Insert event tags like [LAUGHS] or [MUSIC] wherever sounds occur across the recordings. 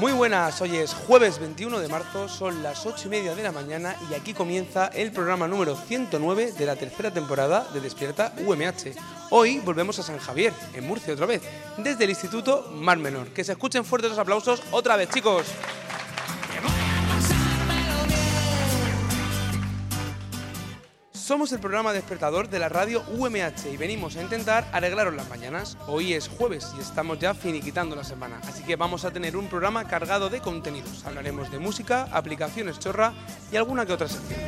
Muy buenas, hoy es jueves 21 de marzo, son las 8 y media de la mañana y aquí comienza el programa número 109 de la tercera temporada de Despierta UMH. Hoy volvemos a San Javier, en Murcia otra vez, desde el Instituto Mar Menor. Que se escuchen fuertes los aplausos otra vez, chicos. Somos el programa despertador de la radio UMH y venimos a intentar arreglaros las mañanas. Hoy es jueves y estamos ya finiquitando la semana, así que vamos a tener un programa cargado de contenidos. Hablaremos de música, aplicaciones chorra y alguna que otra sección.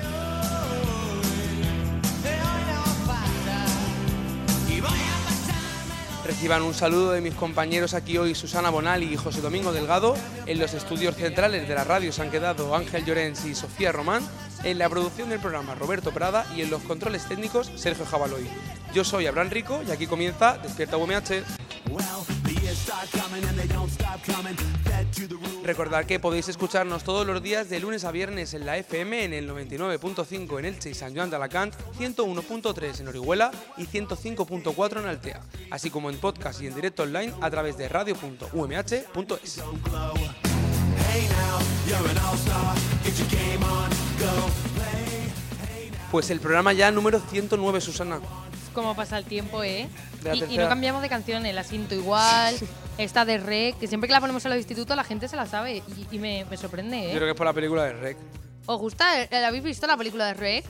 Reciban un saludo de mis compañeros aquí hoy, Susana Bonal y José Domingo Delgado. En los estudios centrales de la radio se han quedado Ángel Llorens y Sofía Román. En la producción del programa, Roberto Prada. Y en los controles técnicos, Sergio Jabaloy. Yo soy Abraham Rico y aquí comienza Despierta UMH. Recordad que podéis escucharnos todos los días de lunes a viernes en la FM en el 99.5 en Elche y San Joan de Alacant, 101.3 en Orihuela y 105.4 en Altea, así como en podcast y en directo online a través de radio.umh.es. Pues el programa ya número 109, Susana. cómo pasa el tiempo, ¿eh? De la Y- Y, tercera. no cambiamos de canciones, la siento igual, esta de Rec, que siempre que la ponemos en los institutos la gente se la sabe y, y me, me sorprende, Yo ¿eh? creo que es por la película de Rec. ¿Os gusta? eh, ¿Habéis visto la película de Rec?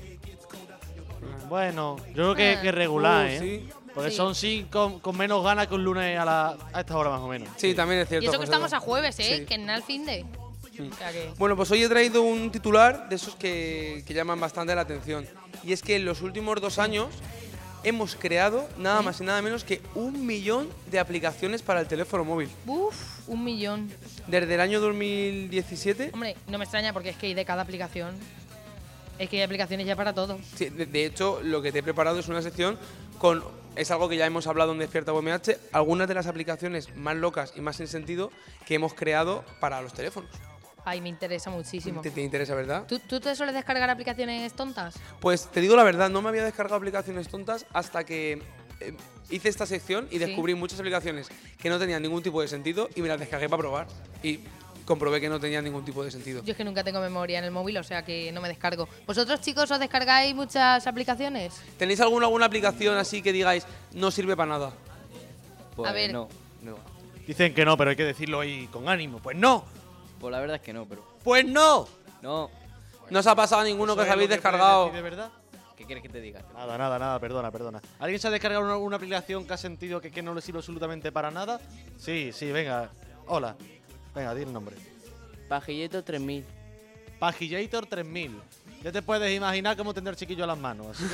Bueno, yo creo que, Ah. que regular, Uh, ¿eh? sí. Porque Sí. son sí con, con menos ganas que un lunes a, la, a esta hora más o menos. Sí, también es cierto. Y eso que José. estamos a jueves, ¿eh? Sí. Que en el fin de... O sea que- Bueno, pues hoy he traído un titular de esos que, que llaman bastante la atención. Y es que en los últimos dos años hemos creado nada más y nada menos que un millón de aplicaciones para el teléfono móvil. Uf, un millón. Desde el año 2017, Hombre, no me extraña porque es que hay de cada aplicación. Es que hay aplicaciones ya para todo. sí, de, de hecho, lo que te he preparado es una sección con... Es algo que ya hemos hablado en Despierta UMH, algunas de las aplicaciones más locas y más sin sentido que hemos creado para los teléfonos. Ay, me interesa muchísimo. ¿Te, te interesa, verdad? ¿Tú, tú te sueles descargar aplicaciones tontas? Pues te digo la verdad, no me había descargado aplicaciones tontas hasta que eh, hice esta sección y Sí. descubrí muchas aplicaciones que no tenían ningún tipo de sentido y me las descargué para probar y comprobé que no tenían ningún tipo de sentido. Yo es que nunca tengo memoria en el móvil, o sea que no me descargo. ¿Vosotros, chicos, os descargáis muchas aplicaciones? ¿Tenéis alguna, alguna aplicación así que digáis no sirve para nada? Pues A ver. no, no. Dicen que no, pero hay que decirlo ahí con ánimo. Pues no. Pues la verdad es que no, pero. Pues no. No, No os ha pasado ninguno Eso que es os lo habéis puedes descargado. decir ¿De verdad? ¿qué quieres que te diga? Nada, nada, nada, perdona, perdona. ¿Alguien se ha descargado una, una aplicación que ha sentido que, que no le sirve absolutamente para nada? Sí, sí, venga. Hola. Venga, di el nombre. Pajilleto 3000. Pagillator 3000. Ya te puedes imaginar cómo tendrá el chiquillo las manos. así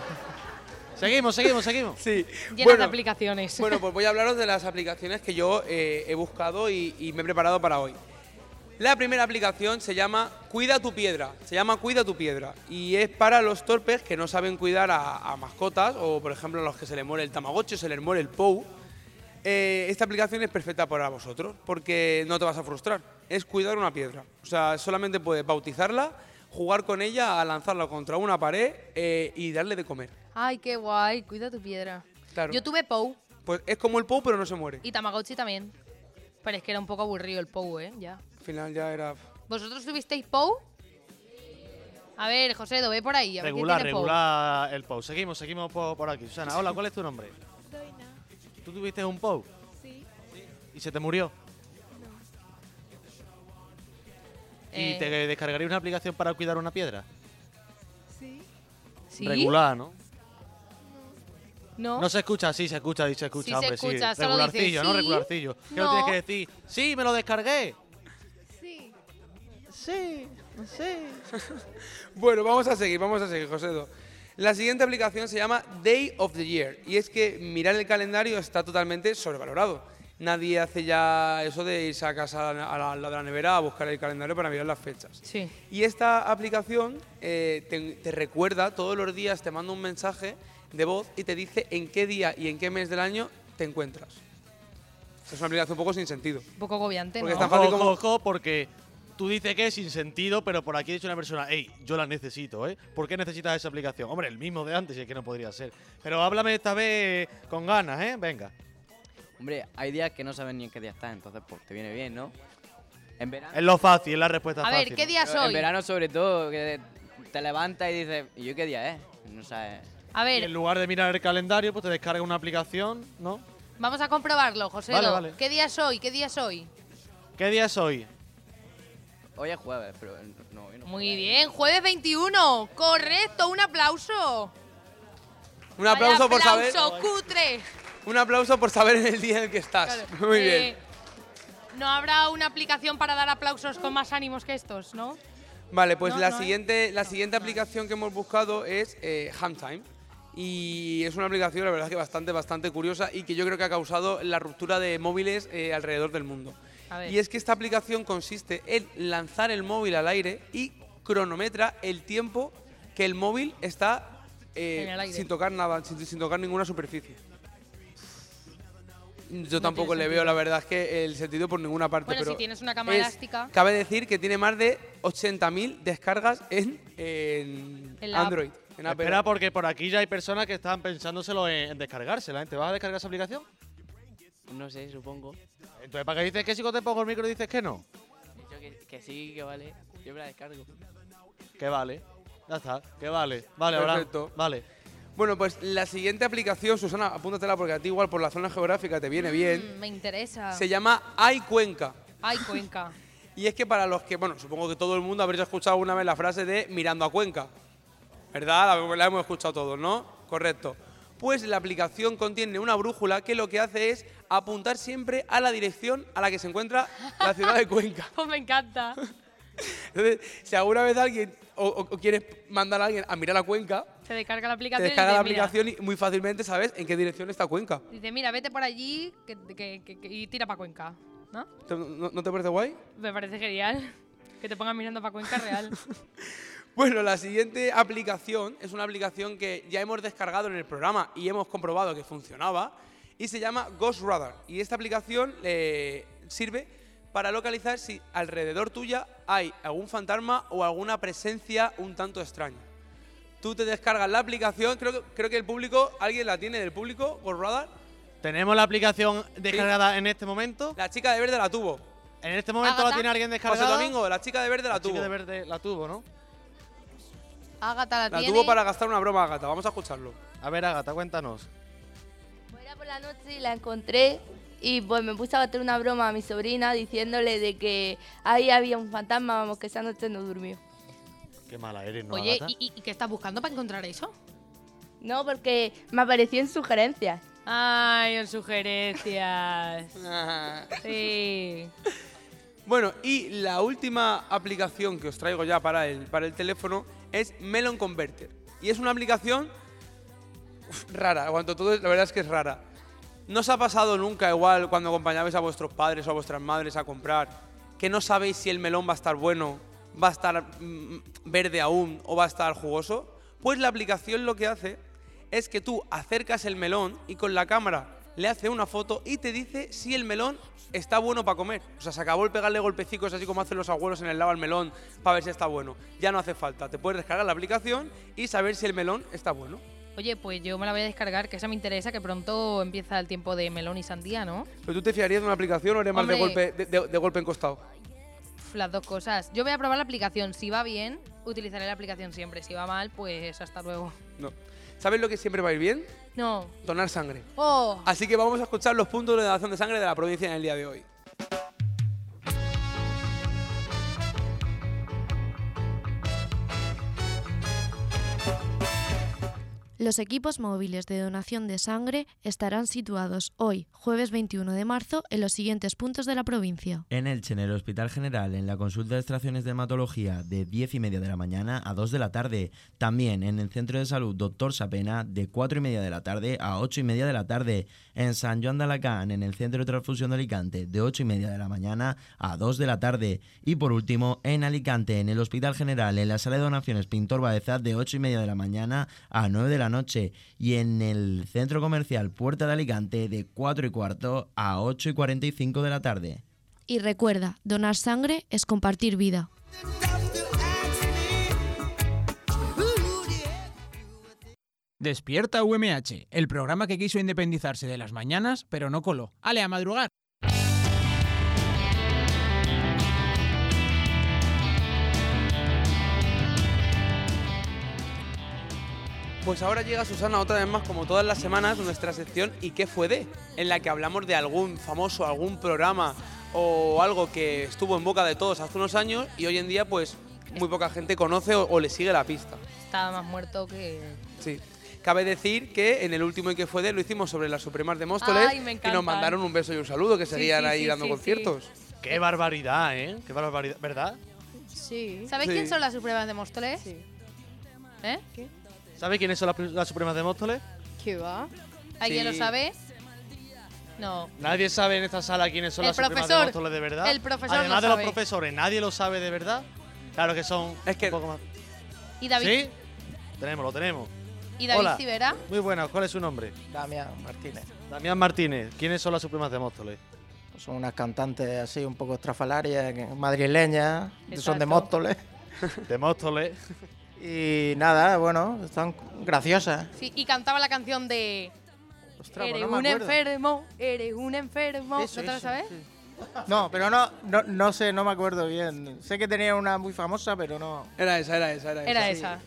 que- seguimos, seguimos, seguimos. Sí. Llenas de Bueno, aplicaciones. Bueno, pues voy a hablaros de las aplicaciones que yo eh, he buscado y, y me he preparado para hoy. La primera aplicación se llama Cuida tu piedra. Se llama Cuida tu piedra. Y es para los torpes que no saben cuidar a, a mascotas o, por ejemplo, a los que se les muere el tamagotchi o se les muere el pou. Eh, esta aplicación es perfecta para vosotros porque no te vas a frustrar. Es cuidar una piedra. O sea, solamente puedes bautizarla, jugar con ella, a lanzarla contra una pared eh, y darle de comer. Ay, qué guay, cuida tu piedra. Claro. Yo tuve Pou Pues es como el pou, pero no se muere. y Tamagotchi también. Pero es que era un poco aburrido el Pou, ¿eh? Ya. Al final ya era... ¿Vosotros tuvisteis Pou? A ver, José, ve por ahí. A ver Regular, quién tiene Pou. regular el POU. Seguimos, seguimos por, por aquí. Susana, hola, ¿cuál es tu nombre? ¿Tú tuviste un POU? Sí. ¿Y se te murió? Eh, ¿Y te descargarías una aplicación para cuidar una piedra? Sí. ¿sí? Regular, ¿no? No. No se escucha, sí se escucha, sí se escucha, Sí se hombre, escucha, sí. solo dice Regularcillo, ¿no? sí, Regularcillo. ¿Qué no. no tienes que decir? ¡Sí, me lo descargué! Sí. sé, no sé. Bueno, vamos a seguir, vamos a seguir, José. Do. La siguiente aplicación se llama Day of the Year y es que mirar el calendario está totalmente sobrevalorado. Nadie hace ya eso de irse a casa a la, al lado de la nevera a buscar el calendario para mirar las fechas. Sí. Y esta aplicación eh, te, te recuerda todos los días, te manda un mensaje de voz y te dice en qué día y en qué mes del año te encuentras. Es una aplicación un poco sin sentido. Un poco agobiante, ¿no? Porque está- Tan Ojo, fácil ojo, como- ojo, porque tú dices que es sin sentido, pero por aquí ha dicho una persona, hey, yo la necesito, ¿eh? ¿Por qué necesitas esa aplicación? Hombre, el mismo de antes, si es que no podría ser. Pero háblame esta vez con ganas, ¿eh? Venga. Hombre, hay días que no sabes ni en qué día estás, entonces pues te viene bien, ¿no? En verano. Es lo fácil, es la respuesta A fácil. ver, ¿qué día Pero En soy? verano sobre todo, que te levantas y dices, ¿y yo qué día es? No sabes. A Y en ver, lugar de mirar el calendario, pues te descarga una aplicación, ¿no? vamos a comprobarlo, José. Vale, Do. vale. ¿Qué día soy? ¿Qué día soy? ¿Qué día es hoy? Hoy es jueves, pero no, hoy no es Muy jueves. bien, jueves 21. Correcto, un aplauso. Un aplauso Vaya por saber. aplauso cutre. Un aplauso por saber en el día en el que estás. [LAUGHS] Claro. Muy Eh, bien. No habrá una aplicación para dar aplausos con más ánimos que estos, ¿no? Vale, pues No, la no, ¿eh? siguiente, la No, siguiente no. aplicación que hemos buscado es eh, Hamtime. Y es una aplicación, la verdad, que bastante, bastante curiosa y que yo creo que ha causado la ruptura de móviles eh, alrededor del mundo. A ver. Y es que esta aplicación consiste en lanzar el móvil al aire y cronometra el tiempo que el móvil está eh, En el aire. sin tocar nada, sin, sin tocar ninguna superficie. Yo No tampoco tiene le veo, sentido. la verdad, es que el sentido por ninguna parte. Bueno, pero si tienes una cama es- elástica. Cabe decir que tiene más de 80.000 descargas en, en En la app. Android. En Apple. Espera, porque por aquí ya hay personas que están pensándoselo en, en descargársela. ¿eh? ¿Te vas a descargar esa aplicación? No sé, supongo. Entonces, ¿para qué dices que si te pongo el micro dices que no? Yo que, que sí, que vale. Yo me la descargo. Que vale. Ya está, que vale. Vale, ahora. Perfecto. Vale. Bueno, pues la siguiente aplicación, Susana, apúntatela porque a ti igual por la zona geográfica te viene bien. Mm, me interesa. Se llama iCuenca. Ay, [LAUGHS] Cuenca. [LAUGHS] Y es que para los que, bueno, supongo que todo el mundo habréis escuchado una vez la frase de mirando a Cuenca. ¿Verdad? La, la hemos escuchado todos, ¿no? Correcto. Pues la aplicación contiene una brújula que lo que hace es apuntar siempre a la dirección a la que se encuentra la ciudad de Cuenca. Pues me encanta. Entonces, si alguna vez alguien o, o- o quieres mandar a alguien a mirar a Cuenca, Se descarga te la aplicación. y descarga la dice, "Mira". aplicación y muy fácilmente sabes en qué dirección está Cuenca. Dice, mira, vete por allí que- que- que- que- y tira para Cuenca. ¿No? ¿Te- ¿No, no te parece guay? Me parece genial. [LAUGHS] Que te pongan mirando para [LAUGHS] Cuenca real. Bueno, la siguiente aplicación es una aplicación que ya hemos descargado en el programa y hemos comprobado que funcionaba y se llama Ghost Radar. Y esta aplicación eh, sirve para localizar si alrededor tuya hay algún fantasma o alguna presencia un tanto extraña. Tú te descargas la aplicación, creo que, creo que el público, alguien la tiene del público, Ghost Radar. Tenemos la aplicación descargada en este momento. La chica de verde la tuvo. En este momento la Ágata. tiene alguien José descargada. Domingo, la chica de verde la, La chica tuvo. de verde la tuvo, ¿no? Ágata la, la tiene. tuvo para gastar una broma a Gata. Vamos a escucharlo. A ver, Agata, cuéntanos. Fuera por la noche y la encontré y pues me puse a bater una broma a mi sobrina diciéndole de que ahí había un fantasma, vamos, que esa noche no durmió. Qué mala eres, ¿no, Oye, Agata? ¿y, y- y qué estás buscando para encontrar eso? No, porque me apareció en sugerencias. Ay, en sugerencias. [LAUGHS] Ah. Sí. Bueno, y la última aplicación que os traigo ya para el, para el teléfono es Melon Converter. Y es una aplicación uf, rara, cuanto todo, la verdad es que es rara. ¿No os ha pasado nunca igual cuando acompañabais a vuestros padres o a vuestras madres a comprar que no sabéis si el melón va a estar bueno, va a estar mm, verde aún o va a estar jugoso? Pues la aplicación lo que hace es que tú acercas el melón y con la cámara le hace una foto y te dice si el melón está bueno para comer. O sea, se acabó el pegarle golpecicos así como hacen los abuelos en el lado al melón para ver si está bueno. Ya no hace falta. Te puedes descargar la aplicación y saber si el melón está bueno. Oye, pues yo me la voy a descargar, que esa me interesa, que pronto empieza el tiempo de melón y sandía, ¿no? ¿Pero tú te fiarías de una aplicación o eres más de Hombre. golpe, de, de- de golpe en costado? Uf, Las dos cosas. Yo voy a probar la aplicación. Si va bien, utilizaré la aplicación siempre. Si va mal, pues hasta luego. [LAUGHS] No. ¿Sabes lo que siempre va a ir bien? No. Donar sangre. Oh. Así que vamos a escuchar los puntos de donación de sangre de la provincia en el día de hoy. Los equipos móviles de donación de sangre estarán situados hoy, jueves 21 de marzo, en los siguientes puntos de la provincia. Eh. En Elche, en el Hospital General, en la consulta de extracciones de hematología de 10 y media de la mañana a 2 de la tarde. También en el Centro de Salud Doctor Sapena de 4 y media de la tarde a 8 y media de la tarde. En San Juan de Alacán, en el Centro de Transfusión de Alicante de 8 y media de la mañana a 2 de la tarde. Y por último, en Alicante, en el Hospital General, en la Sala de Donaciones Pintor Baeza de 8 y media de la mañana a 9 de la noche. Y en el Centro Comercial Puerta de Alicante de 4 y cuarto a 8 y 45 de la tarde. Y recuerda, donar sangre es compartir vida. Despierta UMH, el programa que quiso independizarse de las mañanas, pero no coló. ¡Ale, a madrugar! Pues ahora llega Susana otra vez más, como todas las semanas, nuestra sección ¿Y qué fue de? En la que hablamos de algún famoso, algún programa o algo que estuvo en boca de todos hace unos años y hoy en día pues muy poca gente conoce o, o le sigue la pista. Estaba más muerto que. Sí. Cabe decir que en el último ¿Y qué fue de? lo hicimos sobre las Supremas de Móstoles Ay, me y encantan. nos mandaron un beso y un saludo que seguían sí, ahí sí, dando sí, sí. conciertos. Qué barbaridad, ¿eh? Qué barbaridad. ¿Verdad? Sí. ¿Sabéis Sí. quién son las Supremas de Móstoles? ¿Eh? ¿Sabes quiénes son las, pri- las Supremas de Móstoles? ¿Qué va? ¿Alguien Sí. lo sabe? No. Nadie sabe en esta sala quiénes son El las Supremas de profesor. Móstoles de verdad. El profesor Además lo de sabe. los profesores, nadie lo sabe de verdad. Claro que son Es que- un poco más. ¿Y David, ¿Sí? Tenemos, lo tenemos. ¿y David Hola. Civera? Muy buenas, ¿cuál es su nombre? Damián Martínez. Damián Martínez, ¿quiénes son las Supremas de Móstoles? Son unas cantantes así un poco estrafalarias, que- madrileñas, son Exacto. de Móstoles. De Móstoles. Y nada, bueno, están graciosas. Sí, y cantaba la canción de. Ostras, pues eres no me un acuerdo. enfermo, eres un enfermo. Eso, ¿No te lo eso, sabes? sí. No, pero no, no, no sé, no me acuerdo bien. Sé que tenía una muy famosa, pero no. Era esa, era esa, era esa. Era Sí. esa.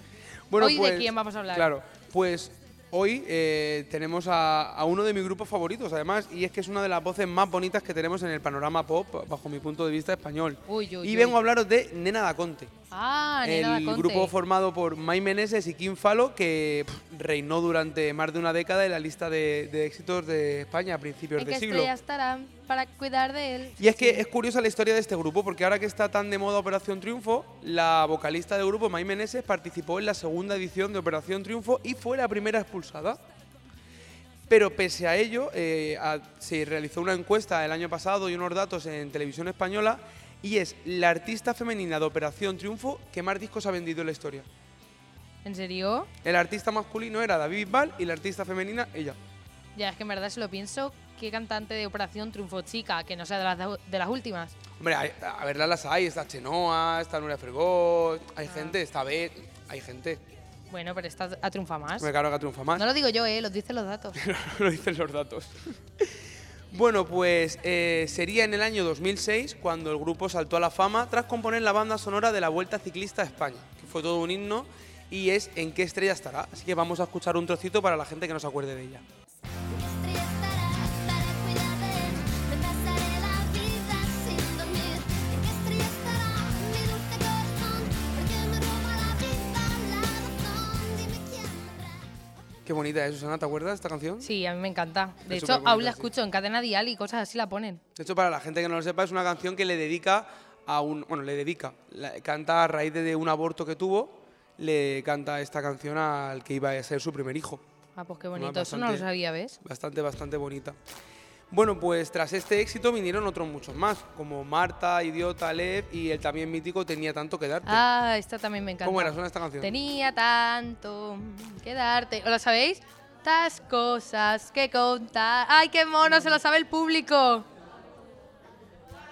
Bueno, Hoy de pues, quién vamos a hablar. Claro, pues hoy eh, tenemos a, a uno de mis grupos favoritos, además, y es que es una de las voces más bonitas que tenemos en el panorama pop, bajo mi punto de vista español. Uy, uy, y uy. vengo a hablaros de Nena da Conte. Ah, Nena el da Conte. grupo formado por Mai Meneses y Kim Falo, que pff, reinó durante más de una década en la lista de, de éxitos de España a principios ¿En de qué siglo. estrella estarán para cuidar de él? Y es que es curiosa la historia de este grupo, porque ahora que está tan de moda Operación Triunfo, la vocalista del grupo, May Meneses, participó en la segunda edición de Operación Triunfo y fue la primera expulsada. Pero pese a ello, eh, a- se realizó una encuesta el año pasado y unos datos en televisión española, y es la artista femenina de Operación Triunfo que más discos ha vendido en la historia. ¿En serio? El artista masculino era David Bisbal y la artista femenina ella. Ya, es que en verdad, si lo pienso, qué cantante de Operación Triunfo chica, que no sea de las, de las últimas. Hombre, hay- a, ver, las hay, está Chenoa, está Nuria Fergó, hay gente, está Bet, hay gente. Bueno, pero esta ha triunfado más. Me claro que triunfa más. No lo digo yo, eh, los dicen los datos. [LAUGHS] lo dicen los datos. Bueno, pues eh, sería en el año 2006 cuando el grupo saltó a la fama tras componer la banda sonora de la Vuelta Ciclista a España, que fue todo un himno y es En qué estrella estará. Así que vamos a escuchar un trocito para la gente que no se acuerde de ella. Estrella estará para cuidar de él. Me pasaré la vida sin dormir. ¿En qué estrella estará mi dulce corazón? Porque me roba la vida la razón. Dime quién habrá. Qué bonita es, Susana, ¿te acuerdas de esta canción? Sí, a mí me encanta. De Es hecho, superbonita, aún la sí. escucho en cadena dial y cosas así la ponen. De hecho, para la gente que no lo sepa, es una canción que le dedica a un. Bueno, le dedica. la- canta a raíz de, de un aborto que tuvo, le canta esta canción al que iba a ser su primer hijo. Ah, pues qué Bueno, bonito. Eso no lo bastante. sabía, ¿ves? Bastante, bastante bonita. Bueno, pues tras este éxito vinieron otros muchos más, como Marta, Idiota, Lev y el también mítico Tenía tanto que darte. Ah, esta también me encanta. ¿Cómo era? Suena esta canción. Tenía tanto que darte. ¿O lo sabéis? Tantas cosas que contar. ¡Ay, qué mono! Se lo sabe el público.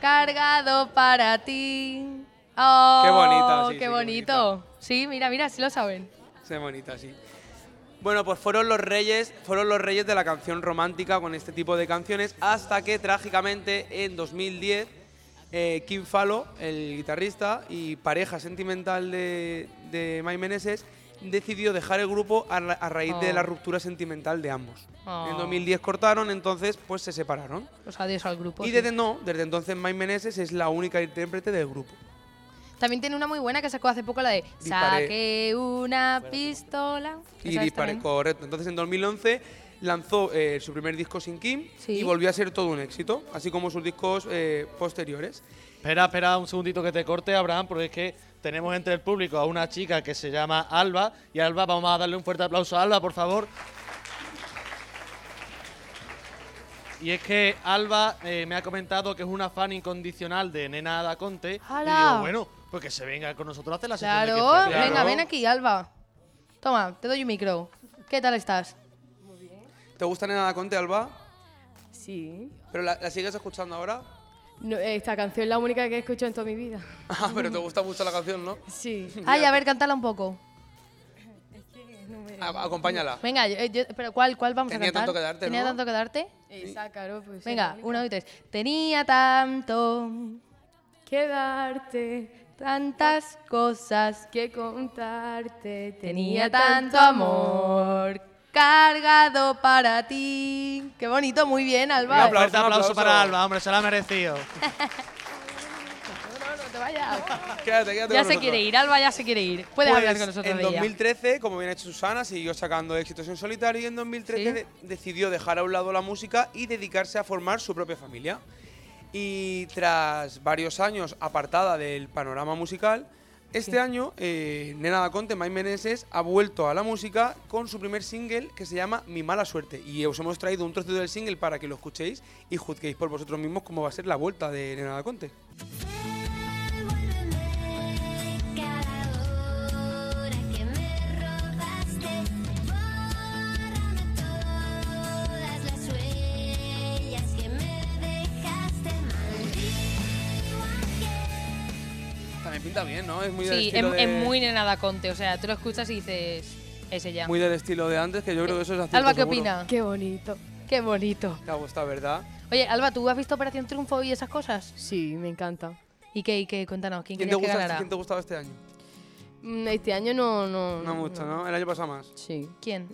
Cargado para ti. ¡Oh! Qué bonita, sí, sí, ¡Qué qué bonito! Sí, mira, mira, sí lo saben. Se bonita, sí. Bueno, pues fueron los reyes, fueron los reyes de la canción romántica con este tipo de canciones, hasta que trágicamente en 2010 eh, Kim Falo, el guitarrista y pareja sentimental de, de Mai Meneses, decidió dejar el grupo a, ra- a raíz de Oh. la ruptura sentimental de ambos. Oh. En 2010 cortaron, entonces pues se separaron. Los adiós al grupo. y Pues sí. desde no, desde entonces Mai Meneses es la única intérprete del grupo. También tiene una muy buena que sacó hace poco, la de Disparé. Saque una pistola. Y Esa es disparé, también. correcto. Entonces en 2011 lanzó eh, su primer disco sin Kim Sí. y volvió a ser todo un éxito, así como sus discos eh, posteriores. Espera, espera un segundito que te corte, Abraham, porque es que tenemos entre el público a una chica que se llama Alba. Y Alba, vamos a darle un fuerte aplauso a Alba, por favor. Y es que Alba eh, me ha comentado que es una fan incondicional de Nena Ada Conte. Y ¡Hala! digo, bueno, pues que se venga con nosotros a hacer la sesión de Claro, Kefir. venga, Claro. ven aquí, Alba. Toma, te doy un micro. ¿Qué tal estás? ¿Te gusta Nena Conte, Alba? Sí. ¿Pero la, la sigues escuchando ahora? [LAUGHS] No, esta canción es la única que he escuchado en toda mi vida. Ah, pero te gusta mucho la canción, ¿no? Sí. Ay, a ver, cántala un poco. A- Ah, acompáñala. Venga, yo- yo- pero ¿cuál, cuál vamos Tenía a cantar? tanto que darte, ¿Tenía ¿no? tanto que darte? Sácalo, pues. Venga, uno, dos y tres. Tenía tanto que darte, tantas cosas que contarte. Tenía tanto amor cargado para ti. Qué bonito, muy bien, Un Alba. aplauso, un aplauso para Alba, hombre, se la ha merecido. No te vayas. Quédate, quédate Ya con se nosotros. quiere ir, Alba ya se quiere ir. Puedes Pues, hablar con nosotros En de ella. 2013, como bien ha hecho Susana, siguió sacando éxitos en solitario y en 2013 de- decidió dejar a un lado la música y dedicarse a formar su propia familia. Y tras varios años apartada del panorama musical, este año eh, Nena da Conte, Mai Meneses, ha vuelto a la música con su primer single que se llama Mi mala suerte. Y os hemos traído un trozo del single para que lo escuchéis y juzguéis por vosotros mismos cómo va a ser la vuelta de Nena da Conte. Cada hora que me robaste, bórrame todas las huellas que me dejaste. También pinta bien, ¿no? Es muy del Sí, es, estilo de- es muy nenada Conte. O sea, tú lo escuchas y dices, es ella. muy del estilo de antes, que yo creo que eso es acierto Alba, ¿qué seguro. opina? Qué bonito. Qué bonito. Te ha gustado, ¿verdad? Oye, Alba, ¿tú has visto Operación Triunfo y esas cosas? Sí, me encanta. ¿Y qué? y qué? Cuéntanos, ¿quién, ¿Quién te, querías que gusta, ganara? ¿Quién te gustaba este año? Mm, Este año no. No, No mucho, ¿no? El año pasado más. Sí. ¿Quién?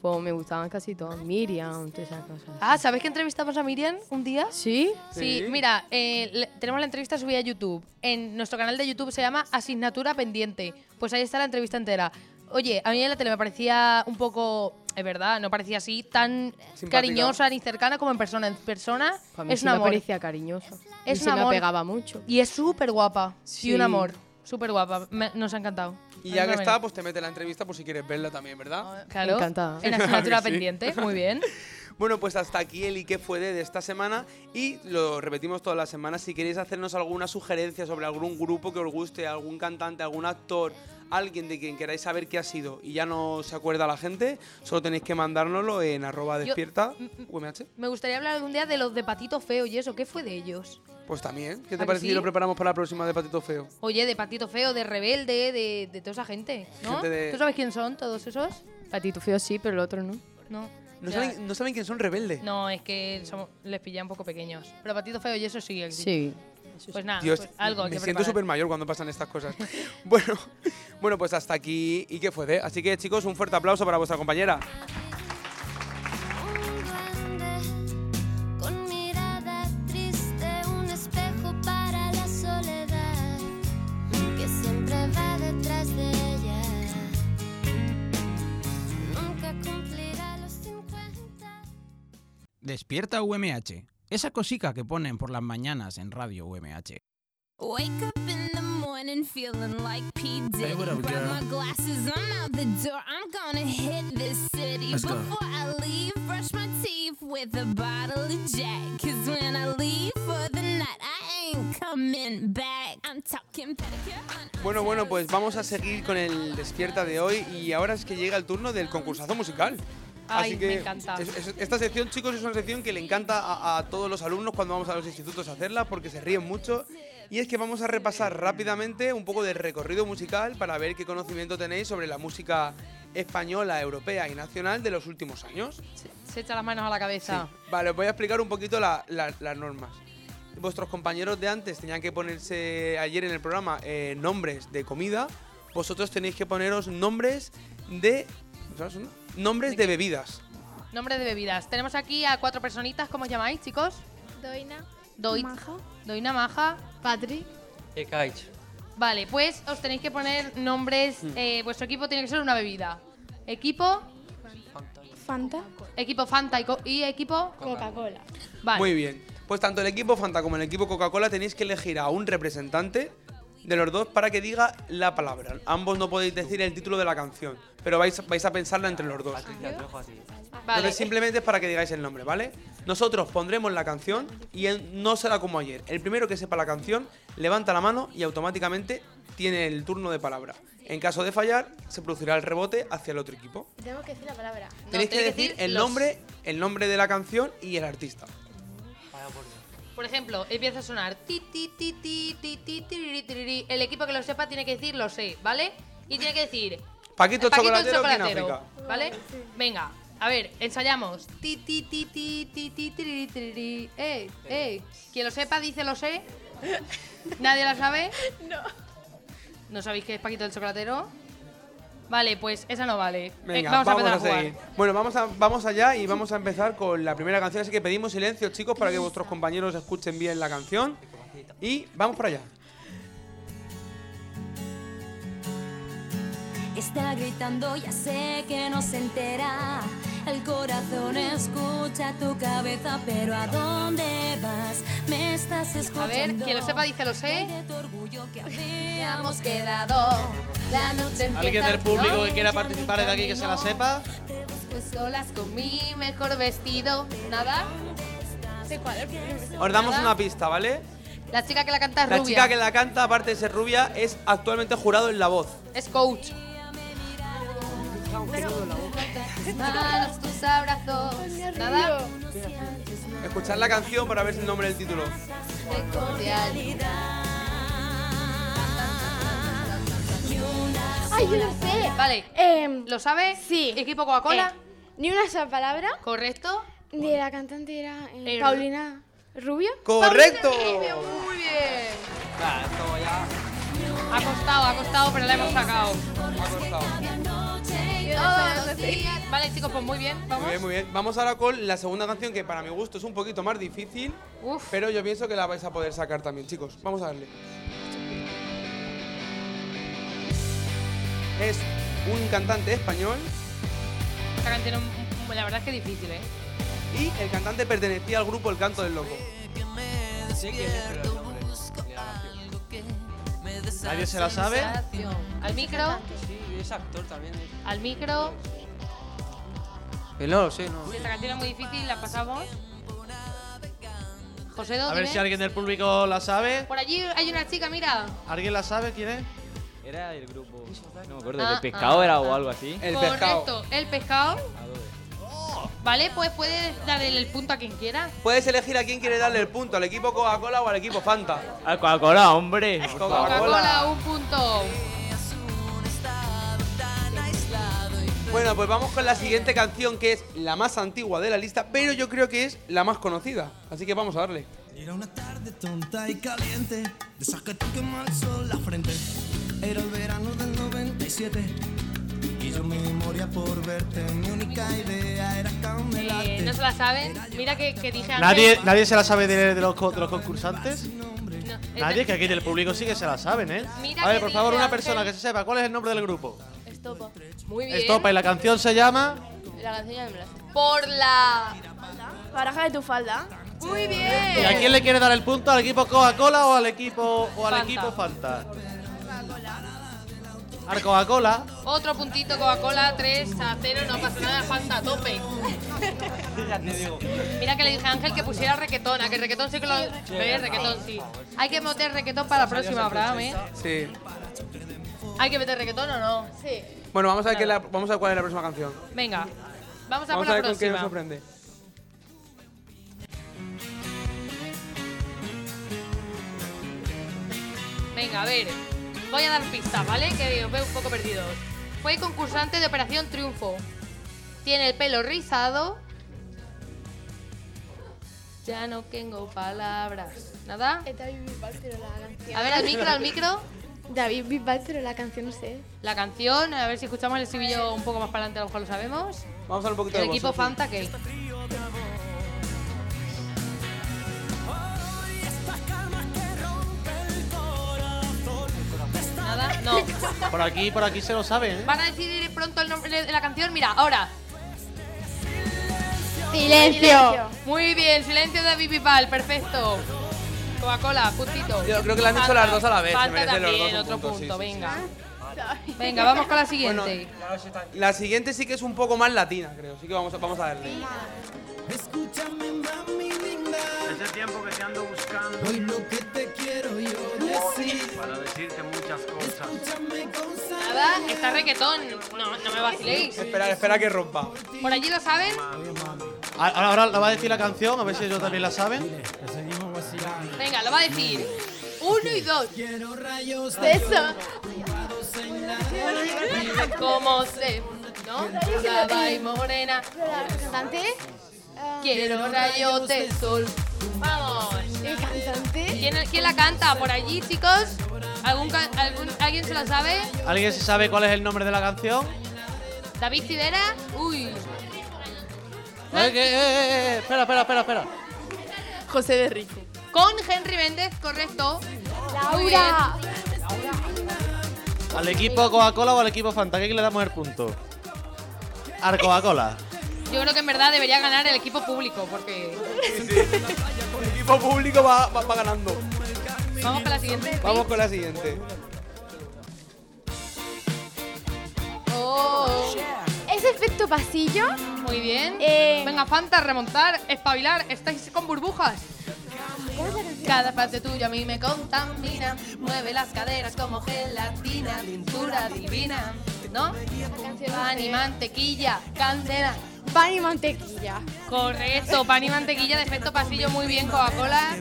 Pues me gustaban casi todas. Miriam, todas esas cosas. Ah, ¿sabes que entrevistamos a Miriam un día? ¿Sí? Sí, Sí. mira, eh, le- tenemos la entrevista subida a YouTube. En nuestro canal de YouTube se llama Asignatura Pendiente. Pues ahí está la entrevista entera. Oye, a mí en la tele me parecía un poco, es verdad, no parecía así tan Simpática. cariñosa ni cercana como en persona. En persona Pues a mí es sí un me amor. parecía cariñoso. Es y un se me amor. pegaba mucho. Y es súper guapa. Y un Sí. amor. Súper guapa. Me- nos ha encantado. Y ya Ay, que no, está, bueno. pues te mete la entrevista por si quieres verla también, ¿verdad? Claro. Encantada. En Claro que [LAUGHS] asignatura sí. pendiente. Muy bien. Bueno, pues hasta aquí el y qué fue de, de esta semana y lo repetimos todas las semanas. Si queréis hacernos alguna sugerencia sobre algún grupo que os guste, algún cantante, algún actor, alguien de quien queráis saber qué ha sido y ya no se acuerda la gente, solo tenéis que mandárnoslo en arroba Yo- despierta UMH. Me gustaría hablar algún día de los de Patito Feo y eso. ¿Qué fue de ellos? Pues también, ¿qué ¿A que te parece sí? si lo preparamos para la próxima de Patito Feo? Oye, de Patito Feo, de Rebelde, de, de toda esa gente, ¿no? Gente de- ¿Tú sabes quién son todos esos? Patito feo sí, pero el otro no. No. No O sea, saben, no saben quién son rebeldes. No, es que somos- les pillé un poco pequeños. Pero Patito Feo y eso sí. el- Sí. Pues nada, Dios, pues algo hay me que siento preparar. súper mayor cuando pasan estas cosas. [LAUGHS] bueno, bueno, pues hasta aquí y qué fue de. Así que chicos, un fuerte aplauso para vuestra compañera. Con mirada triste, un espejo para la soledad que siempre va detrás de ella. Nunca cumplirá los 50. Despierta UMH, esa cosica que ponen por las mañanas en Radio UMH. Wake up in the morning feeling like P. Diddy. Hey, what up, Grab girl? my glasses, I'm out the door. I'm gonna hit this city. Let's go. Before I leave, brush my teeth with a bottle of Jack. Cause when I leave for the night, I ain't coming back. I'm talking pedicure on Bueno, bueno, pues vamos a seguir con el despierta de hoy y ahora es que llega el turno del concursazo musical. Ay, Así que me encanta. es- es- esta sección, chicos, es una sección que le encanta a, a todos los alumnos cuando vamos a los institutos a hacerla porque se ríen mucho. Y es que vamos a repasar rápidamente un poco del recorrido musical para ver qué conocimiento tenéis sobre la música española, europea y nacional de los últimos años. Se echa las manos a la cabeza. Vale, os voy a explicar un poquito la- la- las normas. Vuestros compañeros de antes tenían que ponerse ayer en el programa eh, nombres de comida. Vosotros tenéis que poneros nombres de. ¿sabes uno? Nombres de bebidas. Nombre de bebidas. Tenemos aquí a cuatro personitas. ¿Cómo os llamáis, chicos? Doina. Doina Maja. Patri. Ekaich. Vale, pues os tenéis que poner nombres. Hmm. eh, vuestro equipo tiene que ser una bebida. Equipo. Fanta. Equipo Fanta y, co- y equipo. Coca-Cola. Vale. Muy bien. Pues tanto el equipo Fanta como el equipo Coca-Cola tenéis que elegir a un representante de los dos para que diga la palabra. Ambos no podéis decir el título de la canción, pero vais, vais a pensarla entre los dos. Vale. eh, Entonces simplemente es para que digáis el nombre, ¿vale? Nosotros pondremos la canción y él no será como ayer. El primero que sepa la canción levanta la mano y automáticamente tiene el turno de palabra. En caso de fallar, se producirá el rebote hacia el otro equipo. Tenemos que decir la palabra. tenéis que decir el nombre, el nombre de la canción y el artista. Por ejemplo, empieza a sonar ti ti ti ti ti ti tiriri, tiriri. El equipo que lo sepa tiene que decir lo sé, ¿vale? Y tiene que decir Paquito el Paquito el chocolatero, ¿quién chocolatero, África? ¿vale? Venga, a ver, ensayamos. Ti ti ti ti ti ti tiriri, tiriri. Eh, eh. Quien lo sepa dice lo sé. ¿Nadie lo sabe? No. ¿No sabéis qué es Paquito el chocolatero? Vale, pues esa no vale. Eh, Venga, vamos, a, empezar a seguir. jugar. Bueno, vamos, a- vamos allá y vamos a empezar con la primera canción. Así que pedimos silencio, chicos, para que vuestros compañeros escuchen bien la canción. Y vamos para allá. Está gritando, ya sé que no se entera. El corazón escucha tu cabeza, pero ¿a dónde vas? Me estás escuchando. A ver, quien lo sepa dice lo sé. Habíamos quedado la noche empieza ¿Alguien del público hoy, que quiera participar de aquí que se la sepa? Pues solas con mi mejor vestido. ¿Nada? Os damos Nada. una pista, ¿vale? La chica que la canta es La rubia. chica que la canta, aparte de ser rubia, es actualmente jurado en La Voz. Es coach. Manos, tus abrazos. Nada. Escuchad la canción para ver el nombre del título. de cordialidad. ¡Ay, yo lo sé! Vale. ¿Lo sabes? Sí. ¿Equipo Coca-Cola? Eh, ni una sola palabra. ¿Correcto? De la cantante era eh, Eh, Paulina Rubio. ¡Correcto! Muy bien. Ha costado, ha costado, pero la hemos sacado. Todos los días. Vale, chicos, pues muy bien. Vamos. Muy bien, muy bien. Vamos ahora con la segunda canción que para mi gusto es un poquito más difícil, Uf. pero yo pienso que la vais a poder sacar también, chicos. Vamos a darle. Es un cantante español Esta canción, mm, mm, la verdad es que es difícil, ¿eh? y el cantante pertenecía al grupo El Canto del Loco. ¿Nadie se la sabe? Al micro, Sí, es actor también. es- al micro. no lo sé, no. Esta canción es muy difícil, la pasamos. José, A ver si ¿dónde? alguien del público la sabe. Por allí hay una chica, mira. ¿Alguien la sabe? ¿Quién es? Era el grupo. No me Ah, acuerdo, ¿el pescado ah, era o algo así? Correcto, el pescado. Oh. Vale, pues puedes darle el punto a quien quiera. Puedes elegir a quién quiere darle el punto, al equipo Coca-Cola o al equipo Fanta. Al Ah, Coca-Cola, hombre. Coca-Cola, un punto. Bueno, pues vamos con la siguiente canción que es la más antigua de la lista, pero yo creo que es la más conocida. Así que vamos a darle. Era una tarde tonta y caliente, de esas que te quema el sol la frente. Era el verano del 97 y yo me moría por verte. Mi única idea era Eh, camelarte. no se la saben. Mira que, que dije antes. ¿Nadie, ¿Nadie se la sabe de, de los, co- de los concursantes? No, este, es Nadie, de- que aquí del público sí que se la saben, ¿eh? Mira A ver, que por favor, dice una persona que Ángel- se sepa. ¿Cuál es el nombre del grupo? Estopa. Muy bien. Estopa y la canción se llama. La canción ya me la sé. Por la. Baraja de tu falda. Muy bien. ¿Y a quién le quiere dar el punto? ¿Al equipo Coca-Cola o al equipo o al Fanta. equipo Fanta? Al Coca-Cola. Otro puntito Coca-Cola, 3 a 0, no pasa nada, falta a tope. Mira que le dije a Ángel que pusiera requetón, a que requetón sí que lo... Eh, requetón sí. Hay que meter requetón para la próxima, Abraham, ¿eh? Sí. ¿Hay que meter requetón o no? Sí. Bueno, vamos a ver, qué la- vamos a ver cuál es la próxima canción. Venga, vamos a Vamos por a la ver con qué nos próxima. sorprende. Venga, a ver. Voy a dar pistas, ¿vale? Que os veo un poco perdidos. Fue concursante de Operación Triunfo. Tiene el pelo rizado. Ya no tengo palabras. ¿Nada? Es David Bisbal, pero la canción. A ver, al micro, al micro. David Bisbal, pero la canción no sé. La canción, a ver si escuchamos el estribillo un poco más para adelante, a lo mejor lo sabemos. Vamos a ver un poquito El de voz, equipo Sofi. Fanta, ¿qué? Estas calmas que rompe el corazón. No. Por aquí, por aquí se lo saben, ¿eh? Van a decidir pronto el nombre de la canción. Mira, ahora. Silencio. Muy bien, silencio de Pipal, perfecto. Coca-Cola, puntito. Yo creo que la han hecho las dos a la vez, se Fanta merecen los dos también, un otro punto, punto, sí, sí, venga. Venga, vamos con la siguiente. La siguiente sí que es un poco más latina, creo. Así que vamos a, vamos a darle. Escúchame, mami linda. Hace tiempo que te ando buscando. Hoy lo que te quiero yo decir. Para decirte muchas cosas. Escúchame, cosa. Nada, está requetón. No, no me vaciléis. Espera, espera que rompa. ¿Por allí lo saben? Ahora, ahora la va a decir la canción, a ver si ellos también la saben. Venga, lo va a decir. Uno y dos. Quiero rayos Eso. Como se. ¿No? Brava y morena. cantante? Quiero rayos de sol. Vamos. ¿El cantante? ¿Quién, quién la canta por allí, chicos? ¿Algún, ca- algún- ¿Alguien se la sabe? ¿Alguien se sabe cuál es el nombre de la canción? ¿David Cidera? Uy. Eh, que- eh, eh, eh, Espera, espera, espera, espera. José de Rico. Con Henry Méndez, correcto. Muy bien. ¿Al equipo Coca-Cola o al equipo Fanta? ¿A ¿Qué le damos el punto? Al Coca-Cola. Yo creo que en verdad debería ganar el equipo público, porque. El equipo público va, va- va ganando. Vamos con la siguiente. Vamos con la siguiente. Oh. ¿Es efecto pasillo? Muy bien. Venga, Fanta, remontar, espabilar. Estáis con burbujas. Cada parte tuya a mí me contamina. Mueve las caderas como gelatina. Cintura divina. ¿No? Pan y mantequilla, candela. Pan y mantequilla. Correcto, pan y mantequilla de efecto pasillo. Muy bien, Coca-Cola.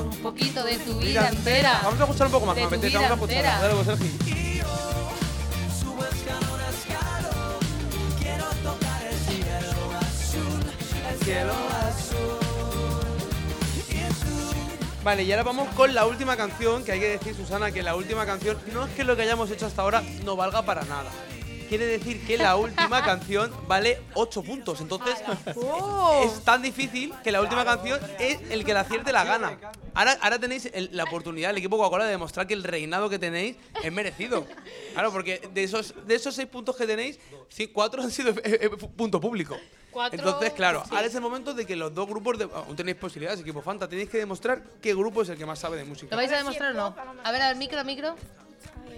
Un poquito de tu vida entera. Vamos a escuchar un poco más, De me tu apetece. vida Vamos a escuchar. entera. Dale, pues, Sergi. Vale, y ahora vamos con la última canción, que hay que decir, Susana, que la última canción no es que lo que hayamos hecho hasta ahora no valga para nada. Quiere decir que la última canción vale 8 puntos. Entonces, [LAUGHS] es tan difícil que la última canción es el que la acierte la gana. Ahora, ahora tenéis el- la oportunidad, el equipo Coca-Cola, de demostrar que el reinado que tenéis es merecido. Claro, porque de esos, de esos 6 puntos que tenéis, 4 han sido eh, eh, punto público. Cuatro, Entonces, claro, sí. ahora es el momento de que los dos grupos de- aún tenéis posibilidades, equipo Fanta, tenéis que demostrar qué grupo es el que más sabe de música. ¿Lo vais a demostrar o no? A ver, al micro, micro.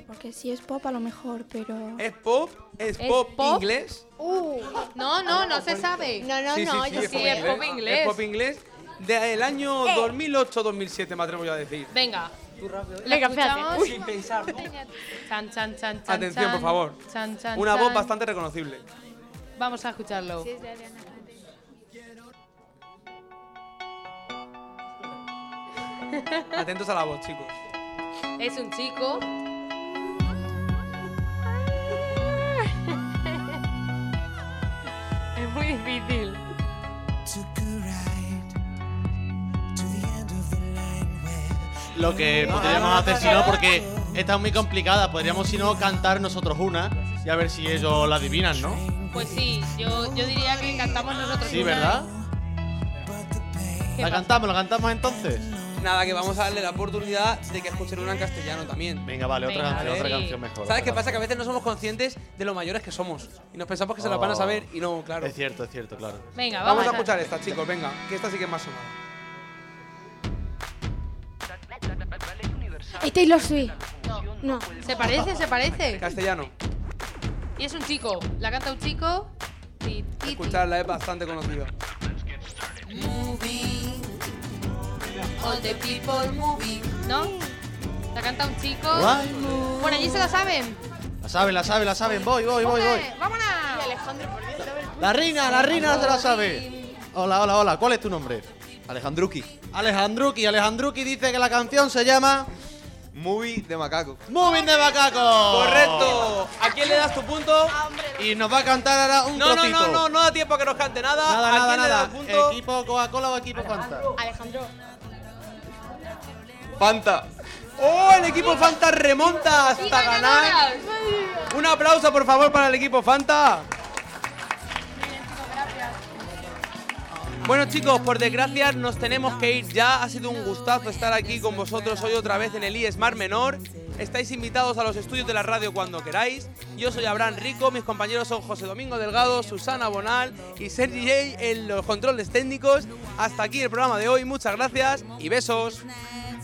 Porque si es pop a lo mejor, pero... ¿Es pop? ¿Es, ¿Es pop, pop? inglés? No, no, no se sabe. No, no, es pop inglés. Eh. Es pop inglés del año 2008-2007, me atrevo yo a decir. Venga. Venga, espérate. Uy. Sin pensar. Chan, chan, chan, chan, Atención, por chan. favor. Chan, chan, Una voz chan. bastante reconocible. Vamos a escucharlo. Atentos a la voz, chicos. Es un chico. es muy difícil. Lo que podríamos hacer si no, porque esta es muy complicada. Podríamos si no cantar nosotros una y a ver si ellos la adivinan, ¿no? Pues sí, yo, yo diría que cantamos nosotros. Sí, una. ¿verdad? La cantamos, la cantamos entonces. Nada, que vamos a darle la oportunidad de que escuchen una en castellano también. Venga, vale, otra Venga, canción, sí. otra canción mejor. ¿Sabes otra qué pasa? canción. Que a veces no somos conscientes de lo mayores que somos. Y nos pensamos que se las van a Oh. saber y no, claro. Es cierto, es cierto, claro. Venga, vamos, vamos a a- escuchar esta, chicos, venga, que esta sí que es más sonada. ¿Es Taylor Swift? No. ¿Se parece? ¿Se parece? Castellano. Y es un chico. La canta un chico. Ti, ti, ti. Escucharla es E bastante conocida. All the people moving. ¿No? La canta un chico. Right Por allí se lo saben. La saben, la saben, la saben. Voy, voy, voy, voy. ¡Vámonos! La reina, la reina se la sabe. Hola, hola, hola. ¿Cuál es tu nombre? Alejandruki. Alejandruki, Alejandruki dice que la canción se llama Movie de Macaco. Moving de Macaco. Correcto. ¿A quién le das tu punto? Y nos va a cantar ahora un No, no, trocito. no, no, no da tiempo a que nos cante nada. Nada, ¿A nada, quién le nada. das punto? ¿Equipo Coca-Cola o equipo Fanta? Alejandro. Fanta. ¡Oh, el equipo Fanta remonta hasta ganar! Un aplauso, por favor, para el equipo Fanta. Bueno chicos, por desgracia nos tenemos que ir ya. Ha sido un gustazo estar aquí con vosotros hoy otra vez en el IESMAR Menor. Estáis invitados a los estudios de la radio cuando queráis. Yo soy Abraham Rico, mis compañeros son José Domingo Delgado, Susana Bonal y Sergi J en los controles técnicos. Hasta aquí el programa de hoy, muchas gracias y besos.